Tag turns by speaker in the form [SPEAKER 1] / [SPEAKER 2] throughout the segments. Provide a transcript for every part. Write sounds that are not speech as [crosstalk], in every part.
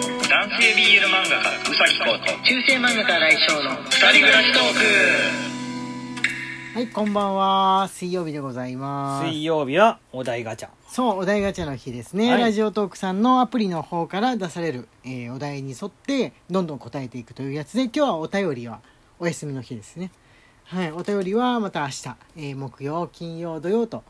[SPEAKER 1] 系 BL 漫画家うさぎこと
[SPEAKER 2] 中世漫画家来翔の
[SPEAKER 1] 二人暮らしトーク
[SPEAKER 2] はいこんばんは水曜日でございます
[SPEAKER 3] 水曜日はお題ガチャ
[SPEAKER 2] そうお題ガチャの日ですね、
[SPEAKER 3] はい
[SPEAKER 2] ラジオトークさんのアプリの方から出される、えーお題に沿ってどんどん答えていくというやつで今日はお便りはお休みの日ですねはいお便りはまた明日、えー木曜金曜土曜と、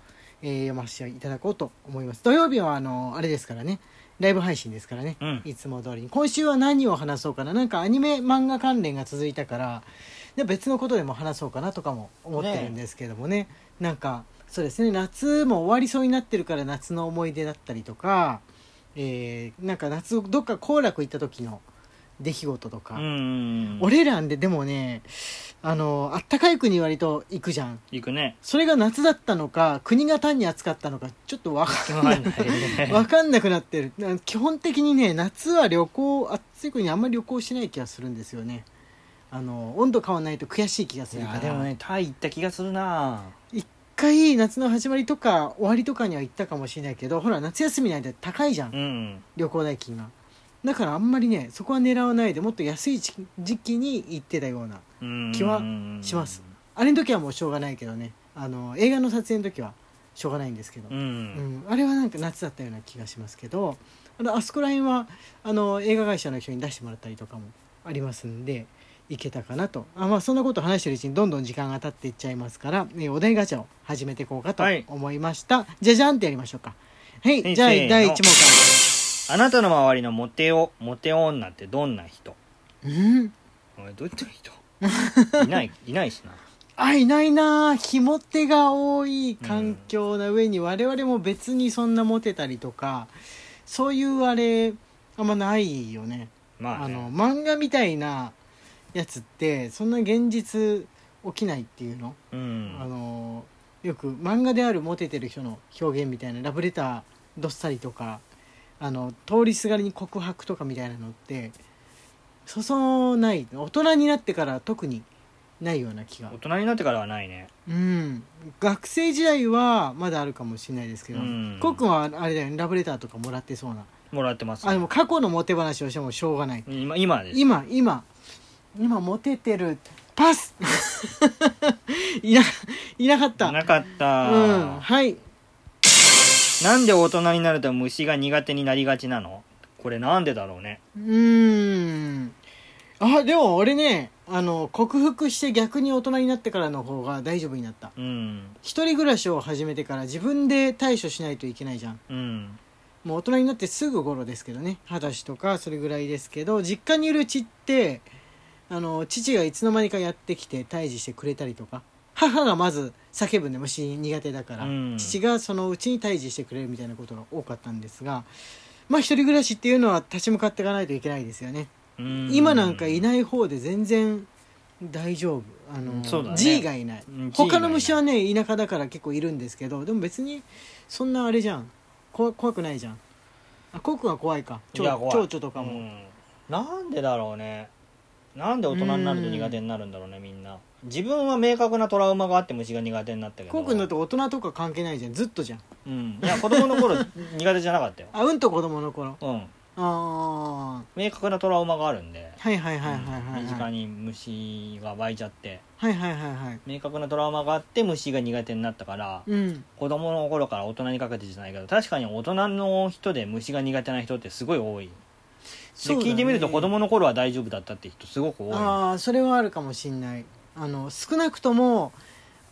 [SPEAKER 2] えー読ませていただこうと思います土曜日はあのあれですからねライブ配信ですからね、
[SPEAKER 3] うん
[SPEAKER 2] いつも通りに今週は何を話そうかななんかアニメ漫画関連が続いたからで別のことでも話そうかなとかも思ってるんですけどもねなんかそうですね夏も終わりそうになってるから夏の思い出だったりとか、えーなんか夏どっか行楽行った時の出来事とか、
[SPEAKER 3] ん
[SPEAKER 2] 俺らんででもねあのあったかい国割と行くじゃん
[SPEAKER 3] 行くね
[SPEAKER 2] それが夏だったのか国が単に暑かったのかちょっと分かん
[SPEAKER 3] わ
[SPEAKER 2] ない
[SPEAKER 3] かんない
[SPEAKER 2] [laughs]
[SPEAKER 3] ね
[SPEAKER 2] わかんなくなってるな基本的にね夏は旅行暑い国にあんまり旅行しない気がするんですよねあの温度変わんないと悔しい気がす
[SPEAKER 3] い
[SPEAKER 2] るか
[SPEAKER 3] や
[SPEAKER 2] ら
[SPEAKER 3] でもねタイ行った気がするな
[SPEAKER 2] 一回夏の始まりとか終わりとかには行ったかもしれないけどほら夏休みなんて高いじゃん、
[SPEAKER 3] うん
[SPEAKER 2] 旅行代金がだからあんまりねそこは狙わないでもっと安い時期時期に行ってたような
[SPEAKER 3] うん
[SPEAKER 2] 気はしますあれの時はもうしょうがないけどねあの映画の撮影の時はしょうがないんですけど
[SPEAKER 3] うん、
[SPEAKER 2] うん、あれはなんか夏だったような気がしますけどあのあそこら辺はあの映画会社の人に出してもらったりとかもありますんで行けたかなとあ、まあ、そんなこと話してるうちにどんどん時間が経っていっちゃいますから、えーお題ガチャを始めていこうかと
[SPEAKER 3] はい
[SPEAKER 2] 思いました、じゃじゃんってやりましょうかはい、
[SPEAKER 3] はい
[SPEAKER 2] じゃあ
[SPEAKER 3] せーの
[SPEAKER 2] 第1問か
[SPEAKER 3] あなたの周りのモテ男モテ女ってどんな人
[SPEAKER 2] らうん
[SPEAKER 3] おいどういった [laughs] 人いないいないしな
[SPEAKER 2] あいないなあひも手が多い環境な上に我々も別にそんなモテたりとかそういうあれあんまないよね
[SPEAKER 3] まあ,、
[SPEAKER 2] あ
[SPEAKER 3] ね、
[SPEAKER 2] の漫画みたいなやつってそんな現実起きないっていうの,、
[SPEAKER 3] うん
[SPEAKER 2] あのよく漫画であるモテてる人の表現みたいなラブレターどっさりとかあの通りすがりに告白とかみたいなのってそそうない大人になってから特にないような気が
[SPEAKER 3] 大人になってからはないね
[SPEAKER 2] うん学生時代はまだあるかもしれないですけど、
[SPEAKER 3] うん
[SPEAKER 2] コックンはあれだよねラブレターとかもらってそうな
[SPEAKER 3] もらってます、
[SPEAKER 2] あでも過去のモテ話をしてもしょうがない
[SPEAKER 3] 今今です
[SPEAKER 2] 今今今モテてるパス [laughs] いないなかった
[SPEAKER 3] なかった、
[SPEAKER 2] うんはい
[SPEAKER 3] なんで大人になると虫が苦手になりがちなのこれなんでだろうね
[SPEAKER 2] うーんあでも俺ねあの克服して逆に大人になってからの方が大丈夫になった
[SPEAKER 3] うん
[SPEAKER 2] 一人暮らしを始めてから自分で対処しないといけないじゃん
[SPEAKER 3] うん
[SPEAKER 2] もう大人になってすぐ頃ですけどね二十歳とかそれぐらいですけど実家にいるうちってあの父がいつの間にかやってきて退治してくれたりとか母がまず叫ぶんで虫苦手だから、
[SPEAKER 3] うん
[SPEAKER 2] 父がそのうちに退治してくれるみたいなことが多かったんですがまあ一人暮らしっていうのは立ち向かっていかないといけないですよね、
[SPEAKER 3] うん
[SPEAKER 2] 今なんかいない方で全然大丈夫あの、
[SPEAKER 3] うんそうだね
[SPEAKER 2] G がいない、
[SPEAKER 3] うん
[SPEAKER 2] 他の虫はね田舎だから結構いるんですけどでも別にそんなあれじゃん怖怖くないじゃんあコックは怖いか蝶
[SPEAKER 3] いや怖い
[SPEAKER 2] 蝶々とかも、
[SPEAKER 3] うんなんでだろうねなんで大人になると苦手になるんだろうねみんな自分は明確なトラウマがあって虫が苦手になったけど
[SPEAKER 2] コックになって大人とか関係ないじゃんずっとじゃん
[SPEAKER 3] うんいや子供の頃 [laughs] 苦手じゃなかったよ
[SPEAKER 2] あうんと子供の頃
[SPEAKER 3] うん
[SPEAKER 2] ああ
[SPEAKER 3] 明確なトラウマがあるんで
[SPEAKER 2] はいはいはいはいは
[SPEAKER 3] 身
[SPEAKER 2] い
[SPEAKER 3] 近
[SPEAKER 2] はい
[SPEAKER 3] に虫が湧いちゃって
[SPEAKER 2] はいはいはいはい
[SPEAKER 3] 明確なトラウマがあって虫が苦手になったから
[SPEAKER 2] うん
[SPEAKER 3] 子供の頃から大人にかけてじゃないけど確かに大人の人で虫が苦手な人ってすごい多い、で
[SPEAKER 2] そうだね
[SPEAKER 3] 聞いてみると子供の頃は大丈夫だったって人すごく多い
[SPEAKER 2] ああそれはあるかもしんないあの少なくとも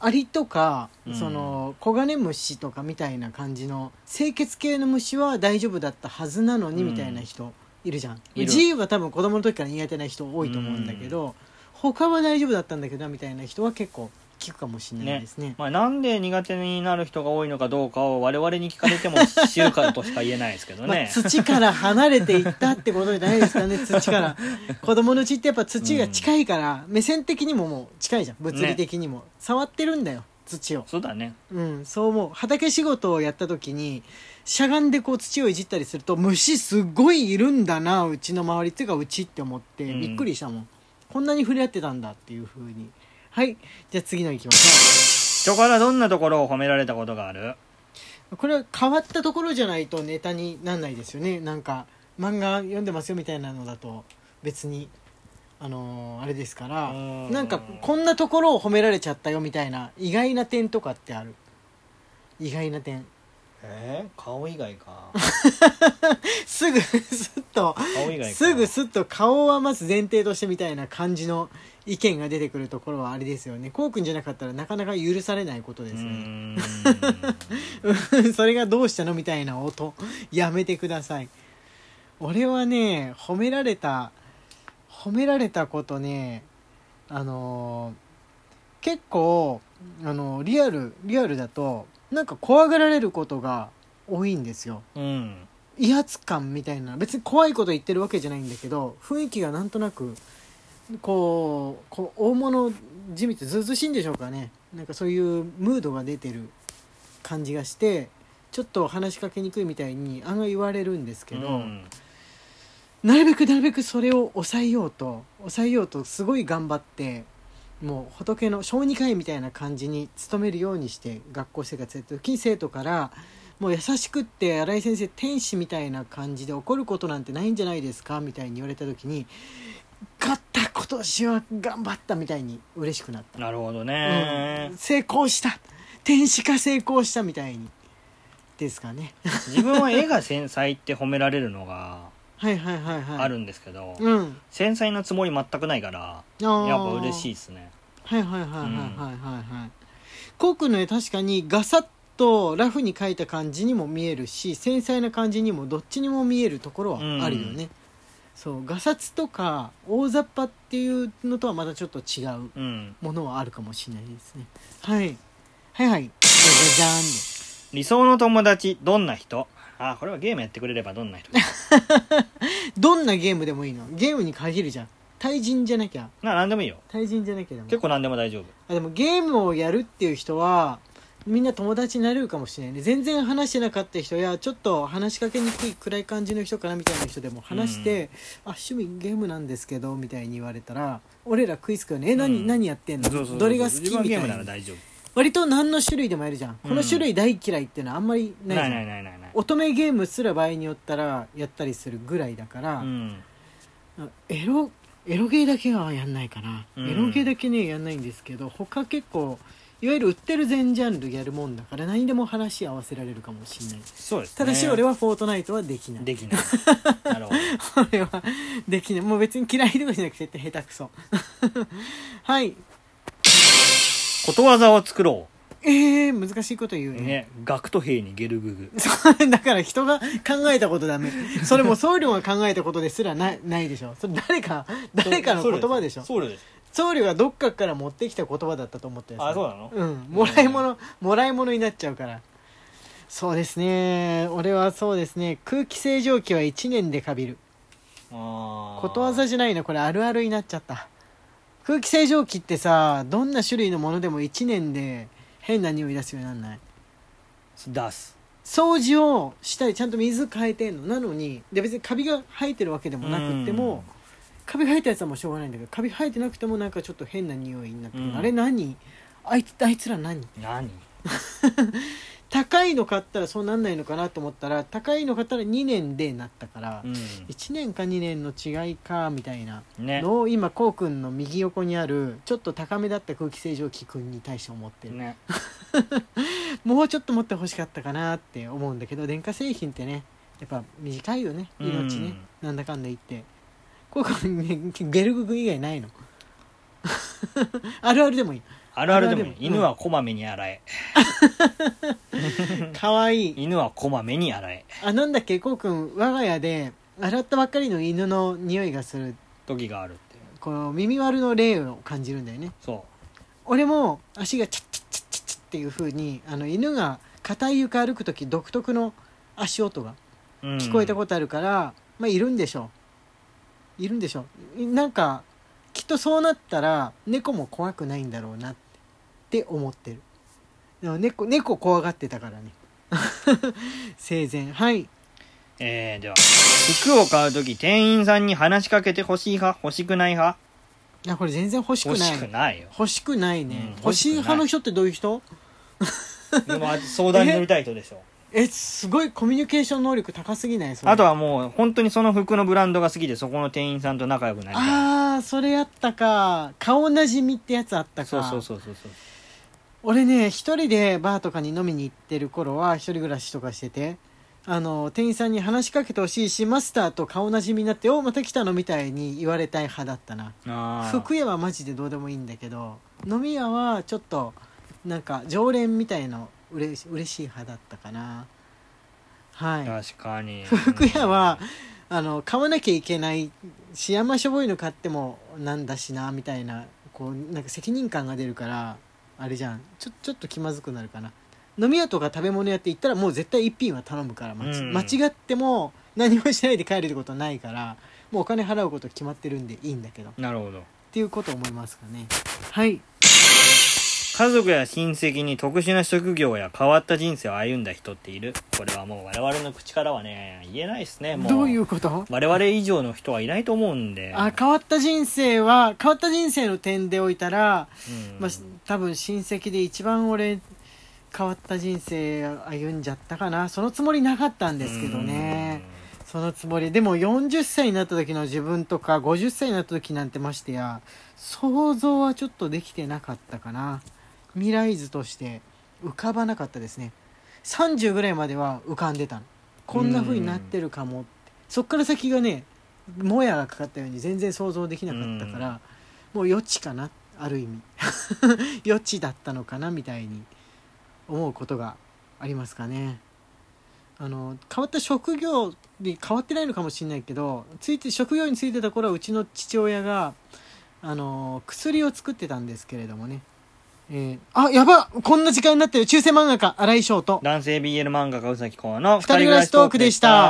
[SPEAKER 2] アリとか、
[SPEAKER 3] うん
[SPEAKER 2] そのコガネムシとかみたいな感じの清潔系の虫は大丈夫だったはずなのに
[SPEAKER 3] うん
[SPEAKER 2] みたいな人いるじゃん、
[SPEAKER 3] いる
[SPEAKER 2] G は多分子供の時から苦手な人多いと思うんだけど、他は大丈夫だったんだけどなみたいな人は結構聞くかもしれないですね
[SPEAKER 3] まあ、なんで苦手になる人が多いのかどうかを我々に聞かれても知るかとしか言えないですけど
[SPEAKER 2] [laughs] まあ、
[SPEAKER 3] ね、
[SPEAKER 2] 土から離れていったってことじゃないですかね
[SPEAKER 3] [laughs]
[SPEAKER 2] 土から子供のうちってやっぱ土が近いから、目線的にももう近いじゃん物理的にも、触ってるんだよ土を
[SPEAKER 3] そうだね
[SPEAKER 2] うん、そう思う。畑仕事をやった時に、しゃがんでこう土をいじったりすると、虫すごいいるんだな、うちの周りっていうか、うちって思って、
[SPEAKER 3] うん
[SPEAKER 2] びっくりしたもん。こんなに触れ合ってたんだっていう風に。はい。じゃあ次の行きまし
[SPEAKER 3] 人からどんなところを褒められたことがある
[SPEAKER 2] ょう。これは変わったところじゃないとネタになんないですよね。なんか、漫画読んでますよみたいなのだと別にあのーあれですから
[SPEAKER 3] うん
[SPEAKER 2] なんかこんなところを褒められちゃったよみたいな意外な点とかってある意外な点
[SPEAKER 3] えー、顔以外か
[SPEAKER 2] すぐすっと
[SPEAKER 3] 顔以外か
[SPEAKER 2] すぐすっと顔はまず前提としてみたいな感じの意見が出てくるところはあれですよねこうくんじゃなかったらなかなか許されないことで
[SPEAKER 3] う
[SPEAKER 2] す
[SPEAKER 3] ー
[SPEAKER 2] ね
[SPEAKER 3] ん
[SPEAKER 2] [laughs] それがどうしたのみたいな音やめてください俺はね褒められた褒められたことねあのー結構あのーリアルリアルだとなんか怖がられることが多いんですよ
[SPEAKER 3] うん
[SPEAKER 2] 威圧感みたいな別に怖いこと言ってるわけじゃないんだけど雰囲気がなんとなくこうこう大物じみてずうずうしいんでしょうかねなんかそういうムードが出てる感じがしてちょっと話しかけにくいみたいに案外言われるんですけど、
[SPEAKER 3] うん
[SPEAKER 2] なるべくなるべくそれを抑えようと抑えようとすごい頑張ってもう仏の小児科医みたいな感じに努めるようにして学校生活やってる時に生徒から「もう優しくって新井先生天使みたいな感じで怒ることなんてないんじゃないですか?」みたいに言われた時に「勝った今年は頑張った」みたいに嬉しくなった、
[SPEAKER 3] なるほどね
[SPEAKER 2] うん、成功した天使化成功したみたいにですかね
[SPEAKER 3] 自分は絵が繊細って褒められるのが
[SPEAKER 2] はいはいはいはい
[SPEAKER 3] あるんですけど、
[SPEAKER 2] うん
[SPEAKER 3] 繊細なつもり全くないから
[SPEAKER 2] あー
[SPEAKER 3] やっぱ嬉しいですね
[SPEAKER 2] はいはいはいはいはいはいはいコークの絵確かにガサッとラフに描いた感じにも見えるし繊細な感じにもどっちにも見えるところはあるよね、そうガサツとか大雑把っていうのとはまたちょっと違う
[SPEAKER 3] うん
[SPEAKER 2] ものはあるかもしれないですねはいはいはいじゃじゃじ
[SPEAKER 3] 理想の友達どんな人あこれはゲームやってくれればどんな人 [laughs] か
[SPEAKER 2] ゃーんどんなゲームでもいいのゲームに限るじゃん対人じゃなきゃ
[SPEAKER 3] な何でもいいよ
[SPEAKER 2] 対人じゃなきゃでも
[SPEAKER 3] 結構何でも大丈夫
[SPEAKER 2] あでもゲームをやるっていう人はみんな友達になれるかもしれないね全然話してなかった人やちょっと話しかけにくい暗い感じの人かなみたいな人でも話して「あ趣味ゲームなんですけど」みたいに言われたら俺ら食いつくよね「え何,、
[SPEAKER 3] うん
[SPEAKER 2] 何やってんの
[SPEAKER 3] そうそうそう
[SPEAKER 2] どれが好き?」
[SPEAKER 3] 自分は
[SPEAKER 2] み
[SPEAKER 3] ゲ
[SPEAKER 2] た
[SPEAKER 3] ーム
[SPEAKER 2] い
[SPEAKER 3] なら
[SPEAKER 2] な
[SPEAKER 3] 大丈夫
[SPEAKER 2] 割と何の種類でもやるじゃん、
[SPEAKER 3] うん
[SPEAKER 2] この種類大嫌いっていうのはあんまりないじ
[SPEAKER 3] な
[SPEAKER 2] ゃ
[SPEAKER 3] い
[SPEAKER 2] ん
[SPEAKER 3] ないないないない
[SPEAKER 2] 乙女ゲームすら場合によったらやったりするぐらいだから、
[SPEAKER 3] うん
[SPEAKER 2] エロエロゲーだけはやんないかな、
[SPEAKER 3] うん
[SPEAKER 2] エロゲーだけねやんないんですけど他結構いわゆる売ってる全ジャンルやるもんだから何でも話合わせられるかもしれない
[SPEAKER 3] そうですね
[SPEAKER 2] ただし俺はフォートナイトはできない、
[SPEAKER 3] できないなるほ
[SPEAKER 2] [laughs]
[SPEAKER 3] ど
[SPEAKER 2] 俺はできないもう別に嫌いとかじゃなくて下手くそ [laughs] はい
[SPEAKER 3] ことわざを作ろ
[SPEAKER 2] えー、難しいこと言う
[SPEAKER 3] うね学徒兵にゲルググ
[SPEAKER 2] そう [laughs] だから人が考えたことダメそれも僧侶が考えたことですらない [laughs] ないでしょそれ誰か誰かの言葉でしょ
[SPEAKER 3] そうです
[SPEAKER 2] 僧侶がどっかから持ってきた言葉だったと思って
[SPEAKER 3] あそうなの
[SPEAKER 2] うんもらい物、もらい物になっちゃうからそうですね俺はそうですね空気清浄機は1年でかびる
[SPEAKER 3] あー
[SPEAKER 2] ことわざじゃないなこれあるあるになっちゃった空気清浄機ってさどんな種類のものでも1年で変な匂い出すようになんない
[SPEAKER 3] 出す
[SPEAKER 2] 掃除をしたりちゃんと水変えてんのなのにで別にカビが生えてるわけでもなくっても、カビ生えたやつはもうしょうがないんだけどカビ生えてなくてもなんかちょっと変な匂いになってくる、
[SPEAKER 3] うん
[SPEAKER 2] あれ何あいつあいつら何
[SPEAKER 3] うん何
[SPEAKER 2] 高いの買ったらそうなんないのかなと思ったら高いの買ったら2年でなったから、
[SPEAKER 3] う
[SPEAKER 2] 1年か2年の違いかみたいなん
[SPEAKER 3] ね
[SPEAKER 2] のを今こうくんの右横にあるちょっと高めだった空気清浄機くんに対して思ってる、
[SPEAKER 3] ね
[SPEAKER 2] もうちょっと持ってほしかったかなって思うんだけど電化製品ってねやっぱ短いよね命ね、なんだかんだ言ってこうくんねゲルググ以外ないの [laughs] あるあるでもい
[SPEAKER 3] [laughs]
[SPEAKER 2] い
[SPEAKER 3] あるあるでもい
[SPEAKER 2] あるあるで
[SPEAKER 3] い
[SPEAKER 2] も
[SPEAKER 3] 犬はこまめに洗え
[SPEAKER 2] かわいい
[SPEAKER 3] 犬はこまめに洗え
[SPEAKER 2] あなんだっけこうくん我が家で洗ったばっかりの犬の匂いがする
[SPEAKER 3] 時があるっていう
[SPEAKER 2] この耳割るの霊を感じるんだよね
[SPEAKER 3] そ
[SPEAKER 2] 俺も足がチャッチャッチャッチャッチャッっていう風にあの犬が硬い床歩く時独特の足音が
[SPEAKER 3] う、うん
[SPEAKER 2] 聞こえたことあるから、まあいるんでしょういるんでしょういなんかきっとそうなったら猫も怖くないんだろうなって思ってるでも猫猫怖がってたからね [laughs] 生前はい
[SPEAKER 3] えー、では服を買う時店員さんに話しかけて欲しい派欲しくない派
[SPEAKER 2] あこれ全然欲しく
[SPEAKER 3] 欲
[SPEAKER 2] ない
[SPEAKER 3] しくないよ
[SPEAKER 2] 欲しくないね、
[SPEAKER 3] うん
[SPEAKER 2] 欲しい派の人ってどういう人
[SPEAKER 3] でもあ相談に乗りたい人でしょ
[SPEAKER 2] えすごいコミュニケーション能力高すぎないそれ
[SPEAKER 3] あとはもう本当にその服のブランドが好きでそこの店員さんと仲良くなりたい
[SPEAKER 2] ああそれあったか顔なじみってやつあったか
[SPEAKER 3] そうそうそうそうそう
[SPEAKER 2] 俺ね一人でバーとかに飲みに行ってる頃は一人暮らしとかしててあの店員さんに話しかけてほしいしマスターと顔なじみになって「おまた来たの?」みたいに言われたい派だったな
[SPEAKER 3] あー
[SPEAKER 2] 服屋はマジでどうでもいいんだけど飲み屋はちょっとなんか常連みたいのうれし嬉しい派だったかなはい
[SPEAKER 3] 確かに
[SPEAKER 2] 服屋はあの買わなきゃいけないしあんましょぼいの買ってもなんだしなみたいなこうなんか責任感が出るからあれじゃんちょちょっと気まずくなるかな飲み屋とか食べ物屋って行ったらもう絶対一品は頼むから、まち
[SPEAKER 3] うん
[SPEAKER 2] 間違っても何もしないで帰るってことないからもうお金払うこと決まってるんでいいんだけど
[SPEAKER 3] なるほど
[SPEAKER 2] っていうこと思いますかねはい
[SPEAKER 3] 家族や親戚に特殊な職業や変わった人生を歩んだ人っているこれはもう我々の口からはね言えないですねもう
[SPEAKER 2] どういうこと
[SPEAKER 3] 我々以上の人はいないと思うんで
[SPEAKER 2] あ変わった人生は変わった人生の点でおいたら、
[SPEAKER 3] うん
[SPEAKER 2] まあ、多分親戚で一番俺変わった人生歩んじゃったかなそのつもりなかったんですけどねそのつもりでも40歳になった時の自分とか50歳になった時なんてましてや想像はちょっとできてなかったかな未来図として浮かばなかったですね30ぐらいまでは浮かんでたのこんな風になってるかもってそっから先がねもやがかかったように全然想像できなかったからもう余地かなある意味 [laughs] 余地だったのかなみたいに思うことがありますかねあの変わった職業で変わってないのかもしれないけどついて職業についてた頃はうちの父親があの薬を作ってたんですけれどもね、えーあやばこんな時間になってる中世漫画家荒井翔と
[SPEAKER 3] 男性 BL 漫画家うさきこうの
[SPEAKER 2] 二人暮らしトークでした。